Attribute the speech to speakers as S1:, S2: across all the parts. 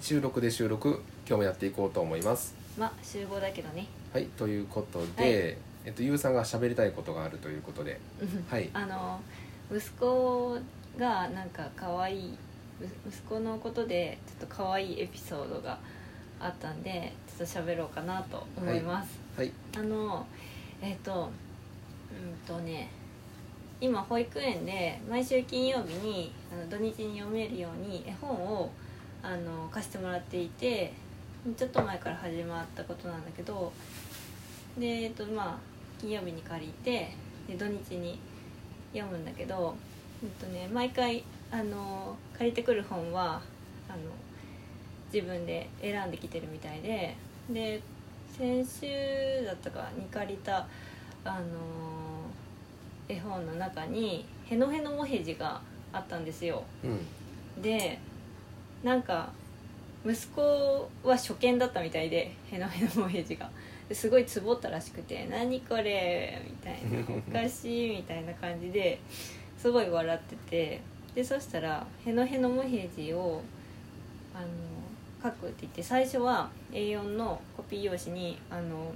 S1: 収録で収録今日もやっていこうと思います
S2: まあ集合だけどね
S1: はいということで、
S2: はい
S1: えっとゆうさんが喋りたいことがあるということではい
S2: あの息子がなんか可愛いう息子のことでちょっと可愛いエピソードがあったんでちょっと喋ろうかなと思います、
S1: はい
S2: あのえっ、とうんとね今保育園で毎週金曜日にあの土日に読めるように絵本をあの貸してもらっていてちょっと前から始まったことなんだけどでえっ、とまあ金曜日に借りてで土日に読むんだけど、えっとね、毎回あの借りてくる本はあの自分で選んできてるみたいでで先週だったかに借りた、あの絵本の中に「へのへのもへじ」があったんですよ。
S1: うん
S2: でなんか息子は初見だったみたいでへのへのもへじがですごいつぼったらしくて「何これ」みたいな「おかしい」みたいな感じですごい笑っててでそしたら「へのへのもへじ」をあの書くって言って最初は A4 のコピー用紙にあの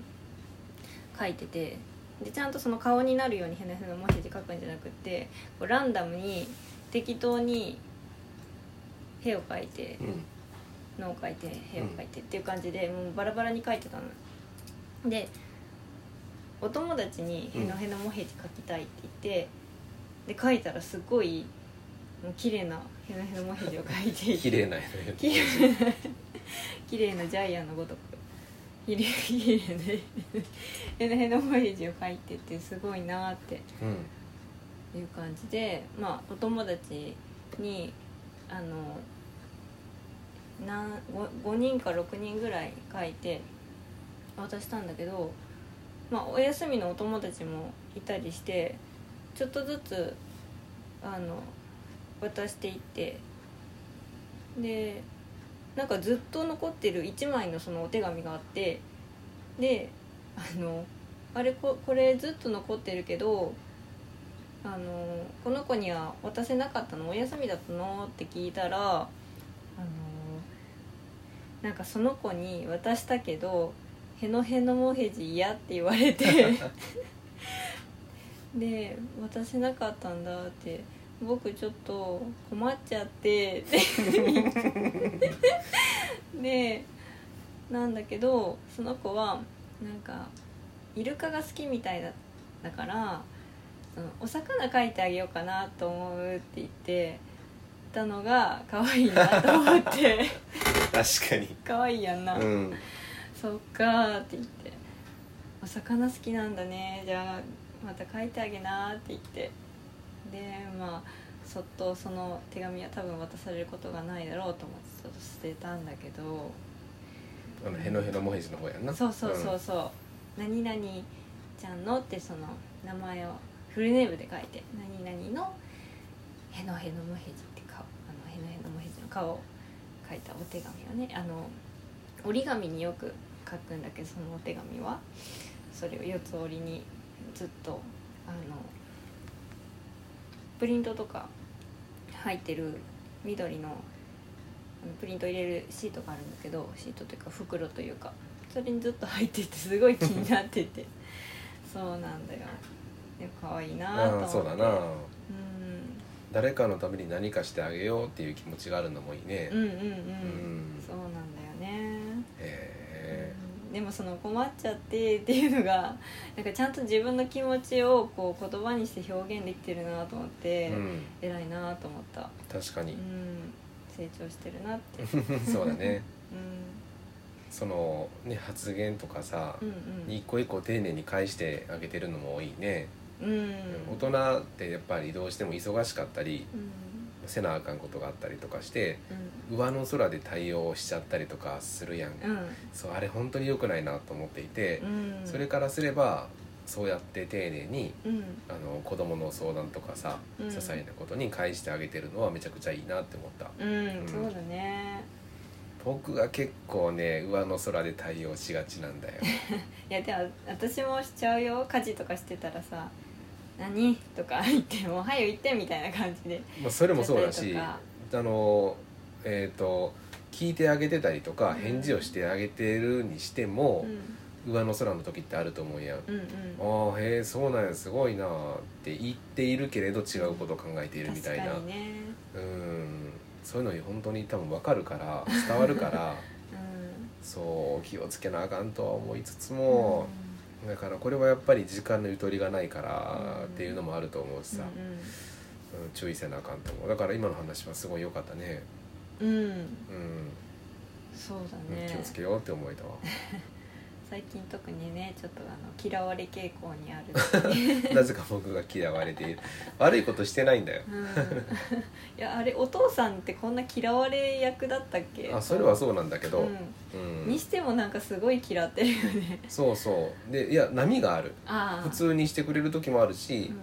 S2: 書いててでちゃんとその顔になるようにへのへのもへじ書くんじゃなくってこうランダムに適当に絵を描いて
S1: うん
S2: 脳を描いて絵を描いてっていう感じでもうバラバラに描いてたのでお友達に「
S1: うん
S2: へのへのもへじ描きたい」って言ってで描いたらすごいもう綺麗なへのへのもへじを描いていて
S1: 綺麗な絵
S2: 綺麗な綺麗なジャイアンのごとく綺麗綺麗でへのへのもへじを描いててすごいなーって
S1: うん
S2: いう感じで、まあ、お友達にあのなん 5, 人か6人ぐらい書いて渡したんだけど、まあ、お休みのお友達もいたりしてちょっとずつあの渡していってでなんかずっと残ってる1枚のそのお手紙があってであのあれここれずっと残ってるけどあのこの子には渡せなかったのお休みだったのって聞いたらあのなんかその子に渡したけど「へのへのもへじ嫌」って言われてで渡せなかったんだって僕ちょっと困っちゃってででなんだけどその子はなんかイルカが好きみたいだだからそのお魚描いてあげようかなと思うって言ってたのが可愛いなと思って
S1: 確かに
S2: 可愛いやんな、
S1: うん
S2: そっかーって言って「お魚好きなんだねじゃあまた書いてあげな」って言ってでまあそっとその手紙は多分渡されることがないだろうと思ってちょっと捨てたんだけど
S1: あのへのへのもへじの方やんな
S2: そうそうそうそう、何々ちゃんのってその名前をフルネームで書いて何々のへのへのもへじって顔あのへのへのもへじの顔を書いたお手紙をねあの折り紙によく書くんだけどそのお手紙はそれを四つ折りにずっとあのプリントとか入ってる緑のあのプリント入れるシートがあるんだけどシートというか袋というかそれにずっと入っててすごい気になって てそうなんだよでも可愛いなと思っ
S1: あ
S2: て
S1: あそうだな
S2: うん
S1: 誰かのために何かしてあげようっていう気持ちがあるのもいいね、
S2: うんうんう
S1: う
S2: ん、
S1: ん
S2: そうなんだよね、
S1: へ
S2: うんでもその困っちゃってっていうのがなんかちゃんと自分の気持ちをこう言葉にして表現できてるなと思っ
S1: え
S2: て、
S1: うん
S2: 偉いなと思った、
S1: 確か
S2: う
S1: に、
S2: ん、成長してるなって、
S1: そうだね
S2: う
S1: そのね発言とかさ、
S2: ん、うん
S1: 一個一個丁寧に返してあげてるのも多いね、
S2: うんうん
S1: 大人ってやっぱりどうしても忙しかったり
S2: うん
S1: せなあかんことがあったりとかして
S2: うん
S1: 上の空で対応しちゃったりとかするやん、
S2: う
S1: そうあれ本当に良くないなと思っていて、
S2: んうん
S1: それからすればそうやって丁寧に
S2: うん
S1: あの子供の相談とかさ、
S2: うん
S1: 些細なことに返してあげてるのはめちゃくちゃいいなって思った
S2: うん、
S1: うん
S2: そうだね
S1: 僕が結構ね上の空で対応しがちなん だよ
S2: いやでも私もしちゃうよ家事とかしてたらさ「何?」とか言って「もう早く行って」みたいな感じで
S1: まあそれもそうだし
S2: やったり
S1: あのえっ、と聞いてあげてたりとか
S2: うん
S1: 返事をしてあげてるにしても、上の空の時ってあると思うやん。
S2: うんうんうん
S1: ああへえそうなんやすごいなーって言っているけれど違うことを考えているみた
S2: 確
S1: いな、
S2: かにね
S1: うんそういうのに本当に多分分かるから伝わるから
S2: うん
S1: そう気をつけなあかんとは思いつつも、だからこれはやっぱり時間のゆとりがないからっていうのもあると思うしさ、うん注意せなあかんと思うだから今の話はすごい良かったね、
S2: うんうん、うん、
S1: うん
S2: そうだ
S1: うん
S2: ね
S1: 気をつけようって思えたわ
S2: 最近特にねちょっとあの嫌われ傾向にある、
S1: なぜか僕が嫌われている悪いことしてないん だよ
S2: うん、 いやあれお父さんってこんな嫌われ役だったっけ
S1: あそれはそうなんだけど、
S2: うん、
S1: うん
S2: にしてもなんかすごい嫌ってるよね
S1: そうそうでいや波 がある
S2: ああ
S1: 普通にしてくれる時もある
S2: う
S1: し
S2: ん、、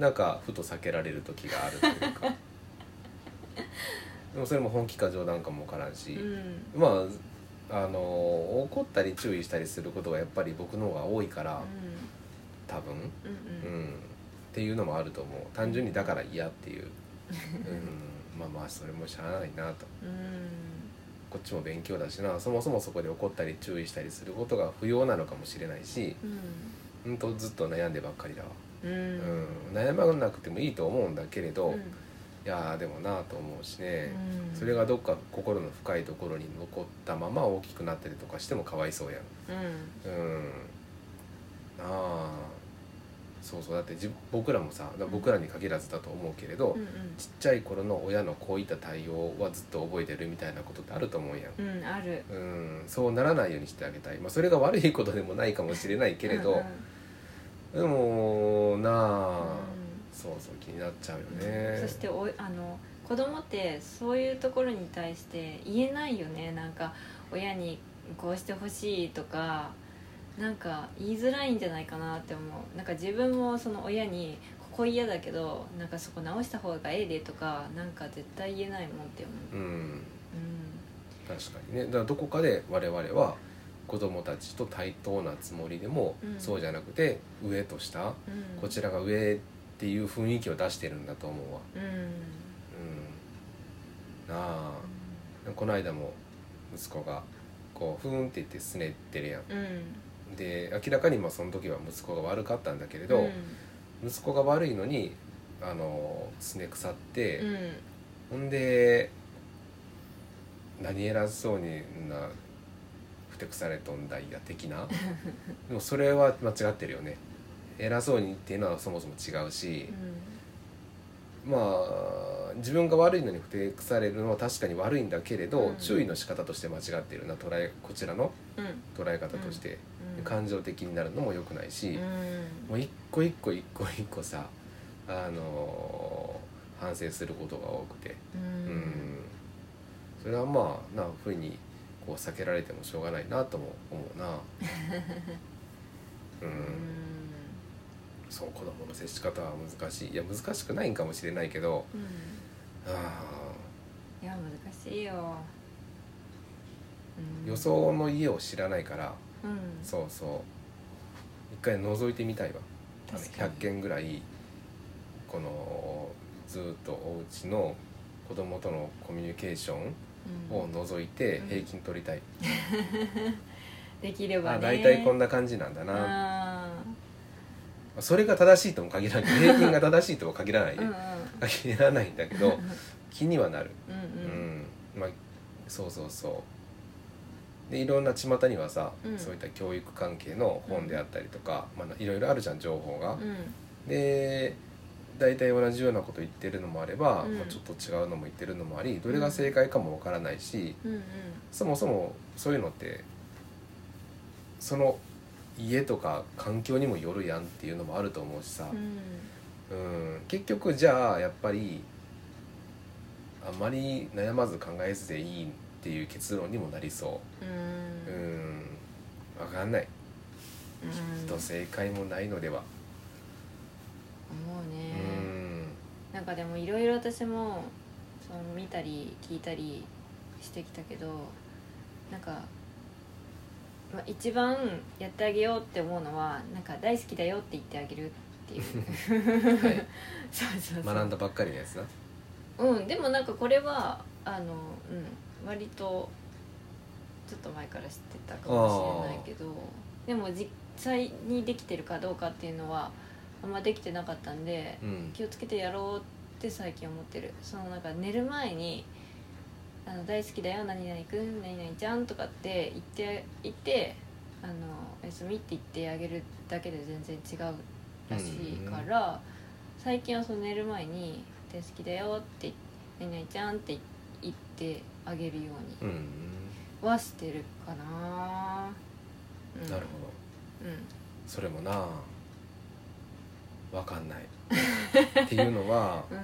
S1: なんかふと避けられる時があるという かでもそれも本気か冗談かも分からんし、
S2: うん
S1: まああの怒ったり注意したりすることがやっぱり僕の方が多いから多分、
S2: うん
S1: う
S2: うん
S1: ん、っていうのもあると思う単純にだから嫌っていう、うん、まあまあそれもしゃあないなと
S2: うん
S1: こっちも勉強だしなそもそもそこで怒ったり注意したりすることが不要なのかもしれないし
S2: う
S1: ほんとずっと悩んでばっかりだわ、
S2: んう
S1: うんん、悩まなくてもいいと思うんだけれど、
S2: う
S1: い
S2: ん
S1: やーでもなあと思うしね、
S2: うん
S1: それがどっか心の深いところに残ったまま大きくなったりとかしてもかわいそうやん
S2: うん
S1: うんなあそうそうだってじ僕らもさだから僕らに限らずだと思うけれど、
S2: うん
S1: ちっちゃい頃の親のこういった対応はずっと覚えてるみたいなことってあると思うやん
S2: うんうんある
S1: うんそうならないようにしてあげたい、まあ、それが悪いことでもないかもしれないけれど、でもなあ、そうそう気になっちゃうよ
S2: うん
S1: ね
S2: そしておいあの子供ってそういうところに対して言えないよねなんか親にこうしてほしいとかなんか言いづらいんじゃないかなって思うなんか自分もその親にここ嫌だけどなんかそこ直した方がええでとかなんか絶対言えないもんって思う
S1: うん
S2: う
S1: 確かにねだからどこかで我々は子供たちと対等なつもりでも、
S2: うん
S1: そうじゃなくて上と下
S2: んうん
S1: こちらが上っていう雰囲気を出してるんだと思うわ
S2: うん
S1: うんなあこの間も息子がこうふーんって言ってすねってるやん
S2: うん
S1: で明らかにまあその時は息子が悪かったんだけれど、息子が悪いのにあのすね腐って、
S2: うんうん
S1: ほんで何偉そうになふてくされとんだいや的 なでもそれは間違ってるよね偉そうにっていうのはそもそも違うし、まあ自分が悪いのにふてくされるのは確かに悪いんだけれど、
S2: うん
S1: 注意の仕方として間違ってるな捉えこちらの
S2: うんうん
S1: 捉え方として、
S2: うん
S1: 感情的になるのも良くないし、もう一個一個一個一個さあのー反省することが多くて。
S2: うんう
S1: うんんそれはまあなふうにこう避けられてもしょうがないなとも思うな うん、そう子供の接し方は難しいいや難しくないんかもしれないけど
S2: うん
S1: あ
S2: いや難しいよ、うん、
S1: 予想の家を知らないから
S2: うん
S1: そうそう一回覗いてみたいわあの
S2: 確かに
S1: 100件ぐらいこのずーっとお家の子供とのコミュニケーション
S2: うん
S1: を除いて
S2: うん
S1: 平均取りたい、
S2: できれば
S1: あ
S2: ね
S1: 大体こんな感じなんだな
S2: な
S1: それが正しいとも限らない 平均が正しいとも限らない、
S2: うんうん
S1: 限らないんだけ ど気にはなる、
S2: うん
S1: う
S2: うん
S1: んまあ、そうそうそうでいろんな巷にはさ、
S2: うん
S1: そういった教育関係の本であったりとか、まあ、いろいろあるじゃん情報が。
S2: うん
S1: で大体同じようなこと言ってるのもあれば、
S2: うん
S1: まあちょっと違うのも言ってるのもありどれが正解かもわからないし、
S2: うんうん
S1: そもそもそういうのってその家とか環境にもよるやんっていうのもあると思うしさ。
S2: うん
S1: うん結局じゃあやっぱりあまり悩まず考えずでいいっていう結論にもなりそうううんん分かんないきっと正解もないのでは
S2: 思う
S1: う
S2: ね
S1: ん
S2: なんかでもいろいろ私もその見たり聞いたりしてきたけどなんか、まあ、一番やってあげようって思うのはなんか大好きだよって言ってあげるってい う
S1: はい
S2: そうそうそう
S1: 学んだばっかりのやつな
S2: うんでもなんかこれはあのうん割とちょっと前から知ってたかもしれないけどでも実際にできてるかどうかっていうのはあんまできてなかったんで
S1: うん
S2: 気をつけてやろうって最近思ってるそのなんか寝る前に「あの大好きだよ何々くん何々ちゃん」とかって言って言ってあの「おやすみ」って言ってあげるだけで全然違うらしいから、最近はその寝る前に「大好きだよ」って「何々ちゃん」って言ってあげるよう
S1: う
S2: に
S1: ん
S2: はしてるかな、うん、
S1: なるほど
S2: うん
S1: それもなわかん ないっていうのは
S2: うん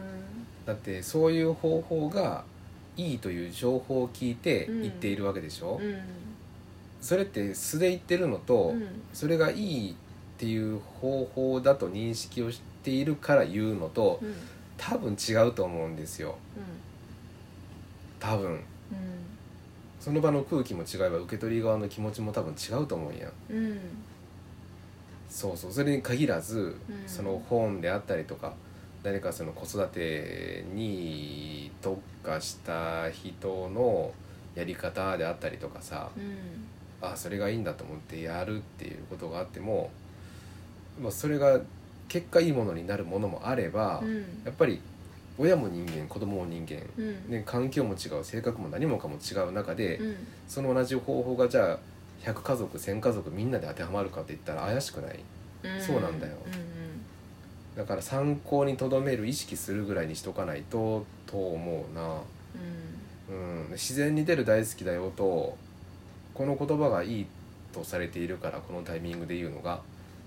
S1: だってそういう方法がいいという情報を聞いて言っているわけでしょ、
S2: うん
S1: それって素で言ってるのと、
S2: うん
S1: それがいいっていう方法だと認識をしているから言うのと
S2: うん
S1: 多分違うと思うんですよ多分その場の空気も違えば受け取り側の気持ちも多分違うと思うんや
S2: うんうん
S1: そうそうそれに限らず、
S2: うん
S1: その本であったりとか誰かその子育てに特化した人のやり方であったりとかさ
S2: うん
S1: あそれがいいんだと思ってやるっていうことがあっても、まあ、それが結果いいものになるものもあれば、
S2: うん
S1: やっぱり親も人間子供も人間、
S2: うん
S1: ね、環境も違う性格も何もかも違う中で、
S2: うん
S1: その同じ方法がじゃあ100家族1,000家族みんなで当てはまるかって言ったら怪しくない
S2: うん
S1: そうなんだよ
S2: う
S1: だから参考にとどめる意識するぐらいにしとかないとと思うな、
S2: んうん
S1: うん、自然に出る大好きだよとこの言葉がいいとされているからこのタイミングで言うのがっ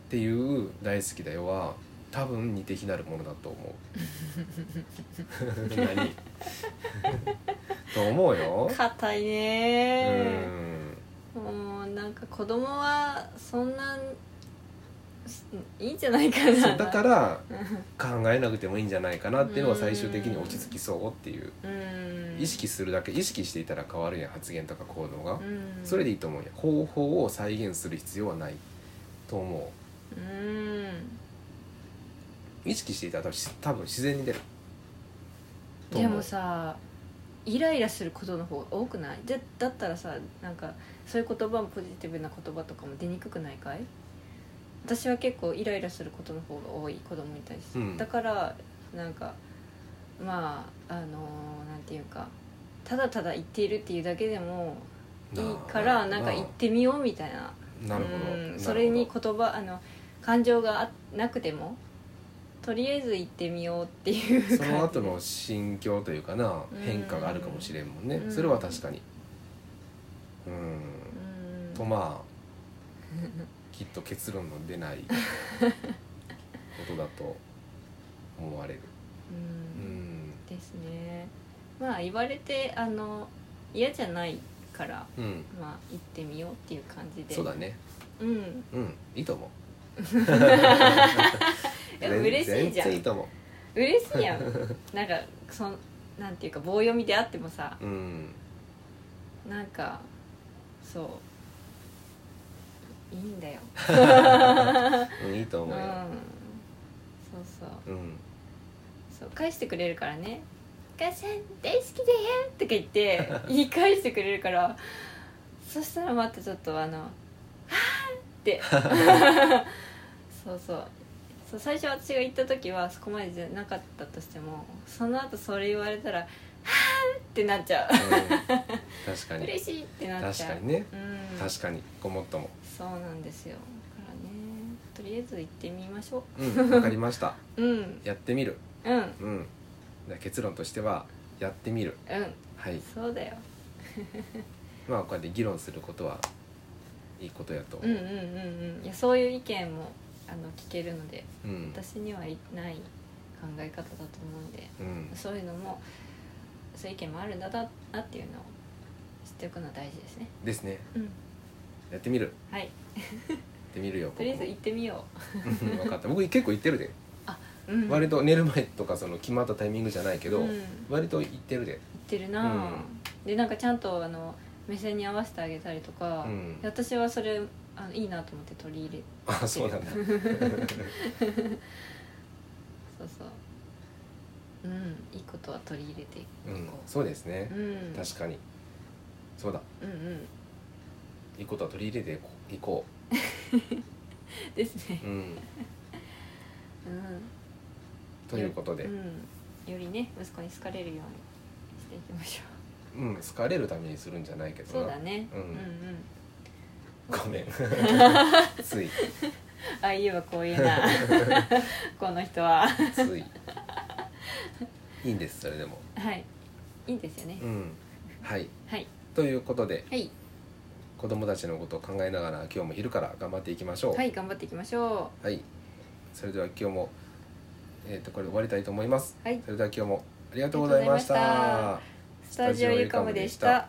S1: ていう大好きだよは多分似て非なるものだと思う 何と思うよ
S2: 硬いうね
S1: ん
S2: もうなんか子供はそんないいんじゃないか
S1: そ
S2: な
S1: うだから考えなくてもいいんじゃないかなっていうのが最終的に落ち着きそうっていう
S2: うん
S1: 意識するだけ意識していたら変わるやん発言とか行動が
S2: うん
S1: それでいいと思うやん方法を再現する必要はないと思
S2: うん
S1: う意識していたら多分し多分自然に出ると
S2: で
S1: 思
S2: も
S1: う
S2: さイライラすることの方が多くないじゃだったらさなんかそういう言葉もポジティブな言葉とかも出にくくないかい私は結構イライラすることの方が多い子供に対して、
S1: うん
S2: だからなんかまああのーなんていうかただただ言っているっていうだけでもいいからなんか言ってみようみたいな
S1: なるほど
S2: う
S1: なるほ
S2: ん
S1: ど
S2: それに言葉あの感情があなくてもとりあえず言ってみようっていう感じ
S1: その後の心境というかな
S2: うん
S1: 変化があるかもしれんもんね
S2: うん
S1: それは確かにうん
S2: うん
S1: とまあきっと結論の出ないこ とだと思われる
S2: う
S1: うんん
S2: ですねまあ言われてあの嫌じゃないから
S1: うん
S2: まあ行ってみようっていう感じで
S1: そうだね
S2: うん
S1: うんいいと思う
S2: でも嬉しいじ
S1: 全
S2: ゃん
S1: 然いいと思
S2: 嬉しいやんなんかそんなんていうか棒読みであってもさ
S1: ううん
S2: なんかそういいんだよ
S1: うんいいと
S2: うん
S1: 思うよ
S2: そうそう
S1: うん
S2: そう返してくれるからね「お母さん大好きだよ」とか 言って言い返してくれるからそしたらまたちょっとあの「はあ」って そうそうそう最初私が行った時はそこまでじゃなかったとしてもその後それ言われたら「はあ」ってなっちゃう
S1: うん確かに
S2: 嬉しいってなっ
S1: 確
S2: ちゃ
S1: か
S2: う
S1: にね
S2: うん
S1: 確かにごもっとも
S2: そうなんですよだからねとりあえず行ってみましょ
S1: うんわかりました
S2: ううん
S1: やってみる
S2: うんう
S1: うんじゃあ結論としてはやってみる
S2: ん
S1: はい
S2: そうだよ
S1: まあこうやって議論することはいいことやと
S2: うんうんうんうんいやそういう意見もあの聞けるので
S1: うん
S2: 私にはいない考え方だと思うんで
S1: うん
S2: そういうのもそういう意見もあるんだななっていうのを知っておくのは大事ですね
S1: ですね
S2: うん
S1: やってみる
S2: はい
S1: やってみるよ
S2: とりあえず行ってみよ
S1: 僕も分かった僕結構言ってるで
S2: う、うん、
S1: 割と寝る前とかその決まったタイミングじゃないけど、
S2: うん行
S1: 割と言ってるで、
S2: ってるなあ、
S1: う
S2: でなんかちゃんとあの目線に合わせてあげたりとか、
S1: うん
S2: で私はそれあのいいなと思って取り入れ
S1: あそうなんだ
S2: そうそううんいいことは取り入れていこ
S1: うんそうですね
S2: う、う、ん、
S1: 確かにそうだ
S2: うんうん
S1: いいことは取り入れていこ
S2: ですね
S1: う、うん、
S2: うん
S1: ということで、
S2: うん、よりね息子に好かれるようにしていきましょ
S1: うん、好かれるためにするんじゃないけ
S2: う
S1: どな
S2: そうだね、
S1: うん
S2: うんうん
S1: ご めんつい
S2: あ言えばこういうな この人は
S1: ついいいんですそれでも
S2: はいいいんですよね、
S1: うんはい
S2: はい
S1: ということで
S2: はい
S1: 子供たちのことを考えながら今日も昼から頑張っていきましょう
S2: はい頑張っていきましょ
S1: はいそれでは今日もえっ、とこれで終わりたいと思います
S2: うはい
S1: それでは今日もありがとうございまし
S2: ありがとうございましたたスタジオゆかもでした